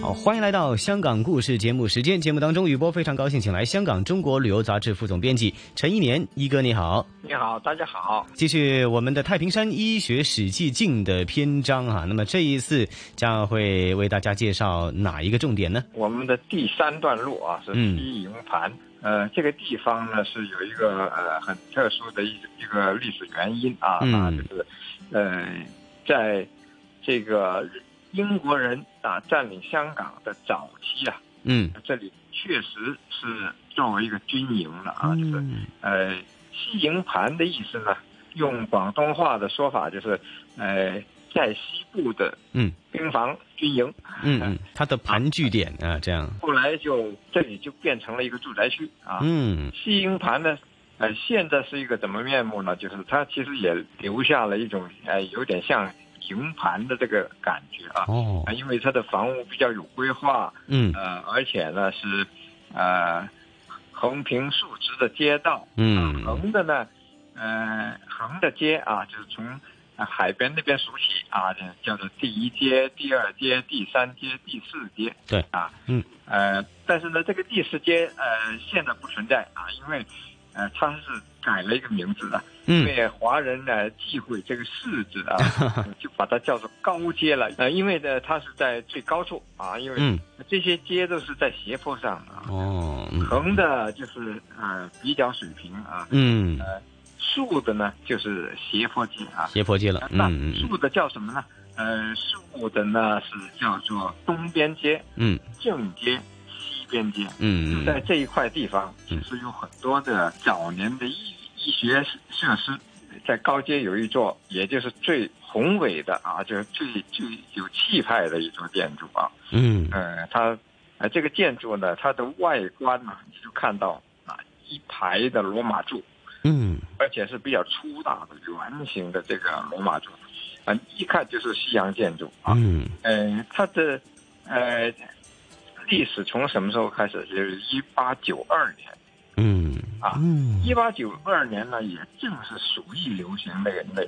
好，欢迎来到《香港故事》节目时间。节目当中，雨波非常高兴，请来香港《中国旅游杂志》副总编辑陈一年一哥，你好。你好，大家好。继续我们的太平山医学史记镜的篇章啊，那么这一次将会为大家介绍哪一个重点呢？我们的第三段路啊是嗯西营盘，呃，这个地方呢是有一个呃很特殊的一一个历史原因啊，嗯啊就是呃，在这个英国人啊占领香港的早期啊，嗯这里确实是作为一个军营了啊，就是嗯呃西营盘的意思呢，用广东话的说法就是呃在西部的嗯兵房军营。嗯嗯，它的盘踞点啊，这样后来就这里就变成了一个住宅区啊。嗯西营盘呢，呃，现在是一个怎么面目呢？就是它其实也留下了一种呃，有点像营盘的这个感觉啊。哦啊，因为它的房屋比较有规划，嗯呃，而且呢是呃横平竖直的街道，嗯横的呢，呃，横的街啊，就是从呃海边那边数起啊，这叫做第一街、第二街、第三街、第四街。对啊，嗯，呃，但是呢，这个第四街呃现在不存在啊，因为呃它是改了一个名字的，因嗯为华人呢忌讳这个“市”字 啊，就把它叫做高街了。呃，因为呢它是在最高处啊，因为嗯这些街都是在斜坡上啊，哦嗯横的就是呃比较水平啊。嗯，竖的呢就是斜坡街啊，斜坡街了，那嗯嗯竖的叫什么呢？呃，竖的呢是叫做东边街、嗯正街、西边街。嗯在嗯这一块地方，其实有很多的早年的医医学设施，在高街有一座，也就是最宏伟的啊，就是最最有气派的一座建筑啊。嗯呃，它呃这个建筑呢，它的外观呢，你就看到啊一排的罗马柱，嗯而且是比较粗大的圆形的这个罗马柱，啊、一看就是西洋建筑啊。嗯呃，它的呃历史从什么时候开始？就是一八九二年。嗯嗯一八九二年呢，也正是鼠疫流行那个那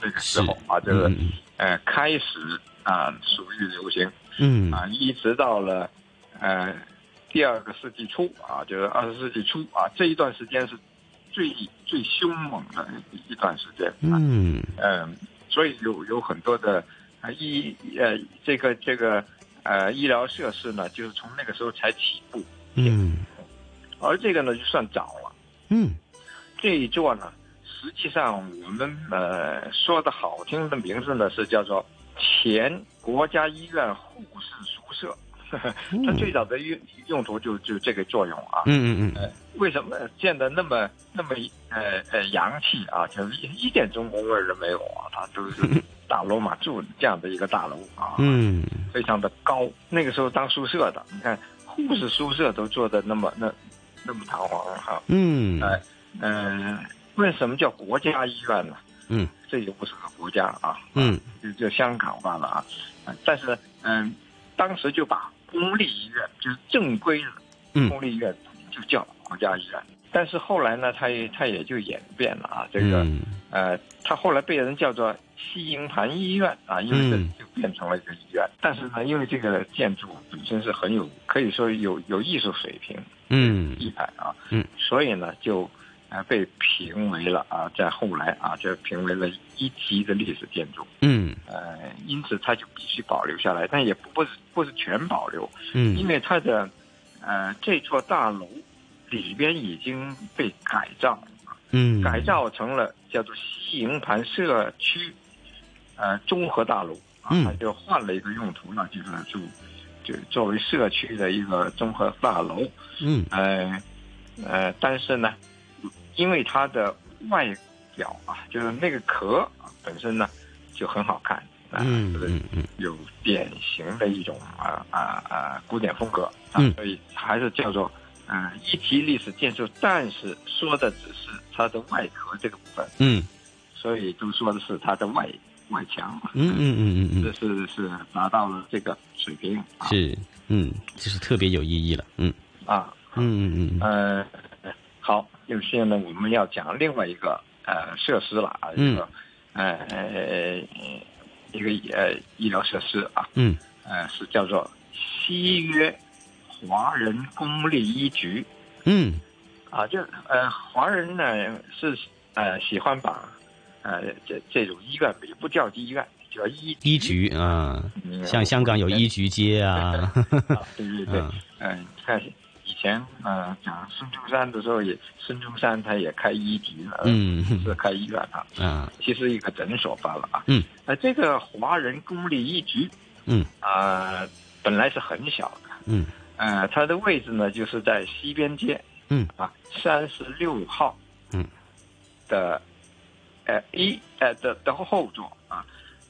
那个时是候啊，就是、嗯呃开始啊鼠疫流行嗯啊，一直到了呃第二个世纪初啊，就是二十世纪初啊，这一段时间是最最凶猛的一段时间啊。嗯嗯，所以有有很多的呃医呃这个这个呃医疗设施呢，就是从那个时候才起步，嗯而这个呢就算早了。嗯这一座呢，实际上我们呃说的好听的名字呢是叫做前国家医院护士宿舍，它最早的用用途就就这个作用啊。嗯嗯为什么建得那么那么呃呃洋气啊？就是一一点中国味儿都没有啊，它 都是大罗马柱这样的一个大楼啊，嗯非常的高。那个时候当宿舍的，你看护士宿舍都做的那么那那么堂皇哈、嗯嗯，为什么叫国家医院呢？嗯，这就不是个国家啊，嗯就就香港罢了啊。呃但是嗯，当时就把公立医院就是正规嗯的公立医院就叫国家医院，但是后来呢，它也它也就演变了啊，这个、嗯呃，它后来被人叫做西营盘医院啊，因为这嗯就变成了一个医院。但是呢，因为这个建筑本身是很有可以说有有艺术水平，嗯一派啊，嗯，所以呢就呃被评为了啊，在后来啊，就评为了一级的历史建筑，嗯呃，因此它就必须保留下来，但也不不是不是全保留，因嗯为它的呃这座大楼里边已经被改造，嗯改造成了叫做西营盘社区呃综合大楼啊，嗯它就换了一个用途呢，就是就就作为社区的一个综合大楼。嗯呃，呃，但是呢，因为它的外表啊，就是那个壳啊本身呢就很好看，啊、嗯就是嗯嗯有典型的一种啊啊啊古典风格啊，嗯所以还是叫做嗯一级历史建筑，但是说的只是它的外壳这个部分，嗯所以都说的是它的外外墙，嗯嗯嗯嗯这是是达到了这个水平啊嗯，是，嗯，就是特别有意义了，嗯啊，嗯嗯嗯呃，好，有些呢，我们要讲另外一个呃设施了啊，嗯一个、呃一个呃医疗设施啊，嗯呃是叫做西约华人公立医局嗯啊，就呃华人呢是呃喜欢把呃这这种医院也不叫医院，叫医医局啊，嗯像香港有医局街啊， 啊，对对对嗯，嗯，你看以前呃讲孙中山的时候也，孙中山他也开医局了，嗯是开医院啊，啊，其实一个诊所罢了啊。嗯，呃，这个华人公立医局嗯啊、本来是很小的，嗯呃，它的位置呢就是在西边街，嗯啊，三十六号，嗯的，呃一呃的的后座啊，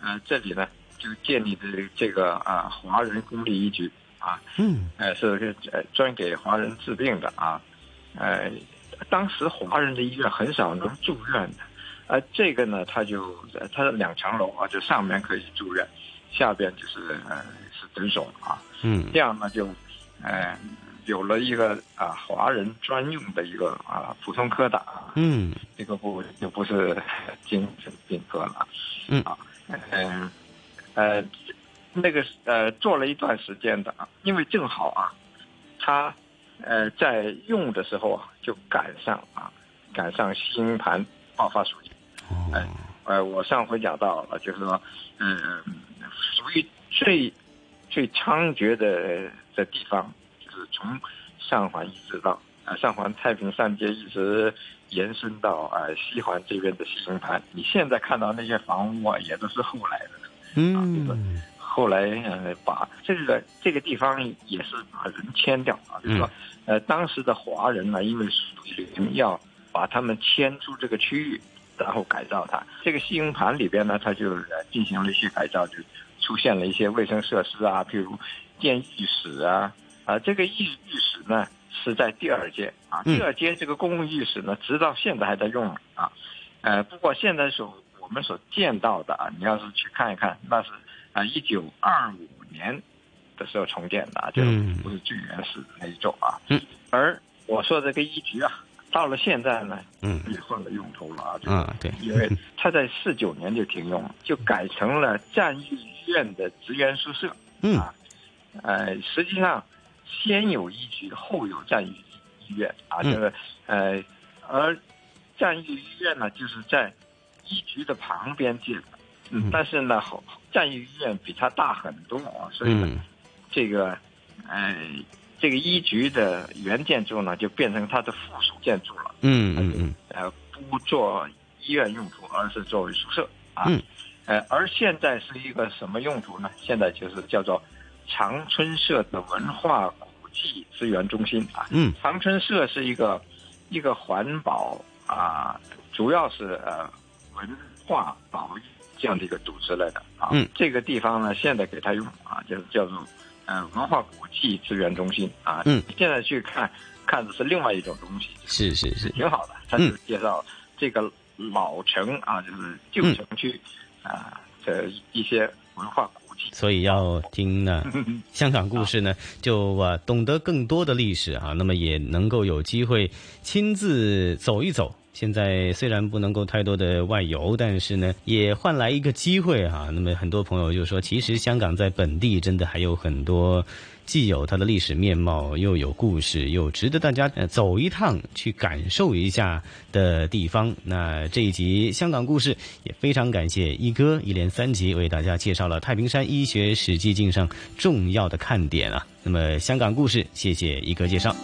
呃这里呢就建立的这个啊、华人公立医局啊。嗯呃，是呃专给华人治病的啊。呃，当时华人的医院很少能住院的，呃，这个呢，它就呃它的两层楼啊，就上面可以住院，下边就是呃是诊所啊。嗯这样呢，就呃有了一个啊、华人专用的一个啊、普通科的啊，嗯这个不就不是 精神病科了。嗯啊，嗯呃那个是呃做了一段时间的啊，因为正好啊，他呃在用的时候啊就赶上啊赶上新盘爆发鼠疫。哦，呃，我上回讲到了，就是说，嗯，属于最最猖獗的的地方，就是从上环一直到啊、呃上环太平山街一直延伸到啊、呃西环这边的西营盘。你现在看到那些房屋啊，也都是后来的，嗯后来呃把这个这个地方也是把人迁掉啊，就是说，呃，当时的华人呢，因为属于人要把他们迁出这个区域，然后改造它。这个西营盘里边呢，它就呃进行了一些改造，就出现了一些卫生设施啊，譬如建浴室啊，啊、这个浴浴室呢是在第二街啊，嗯第二街这个公共浴室呢，直到现在还在用啊，呃，不过现在所我们所见到的啊，你要是去看一看，那是啊一九二五年的时候重建的啊，就嗯不是最原始的那一种啊。嗯。而我说这个一局啊，到了现在呢，嗯也换了用途了啊，就啊，对，因为它在四九年就停用了，就改成了战役医院的职员宿舍。嗯呃，实际上先有医局，后有战役医院啊，嗯就是呃，而战役医院呢，就是在医局的旁边建的，嗯嗯，但是呢，后战役医院比它大很多啊，所以呢，嗯这个呃，这个医局的原建筑呢，就变成它的附属建筑了。嗯嗯嗯呃，不做医院用途，而是作为宿舍啊。嗯呃，而现在是一个什么用途呢？现在就是叫做长春社的文化古迹资源中心啊。嗯长春社是一个一个环保啊，主要是呃文化保育这样的一个组织来的啊。嗯这个地方呢，现在给它用啊，就是叫做呃文化古迹资源中心啊。嗯，现在去看看的是另外一种东西，是是是，挺好的。他就介绍这个老城啊，就是旧城区啊的一些文化古迹。所以要听呢。香港故事呢，就啊懂得更多的历史啊，那么也能够有机会亲自走一走。现在虽然不能够太多的外游，但是呢，也换来一个机会啊。那么很多朋友就说，其实香港在本地真的还有很多，既有它的历史面貌，又有故事，又值得大家呃走一趟去感受一下的地方。那这一集香港故事也非常感谢一哥一连三集为大家介绍了太平山医学史记镜上重要的看点啊。那么香港故事，谢谢一哥介绍。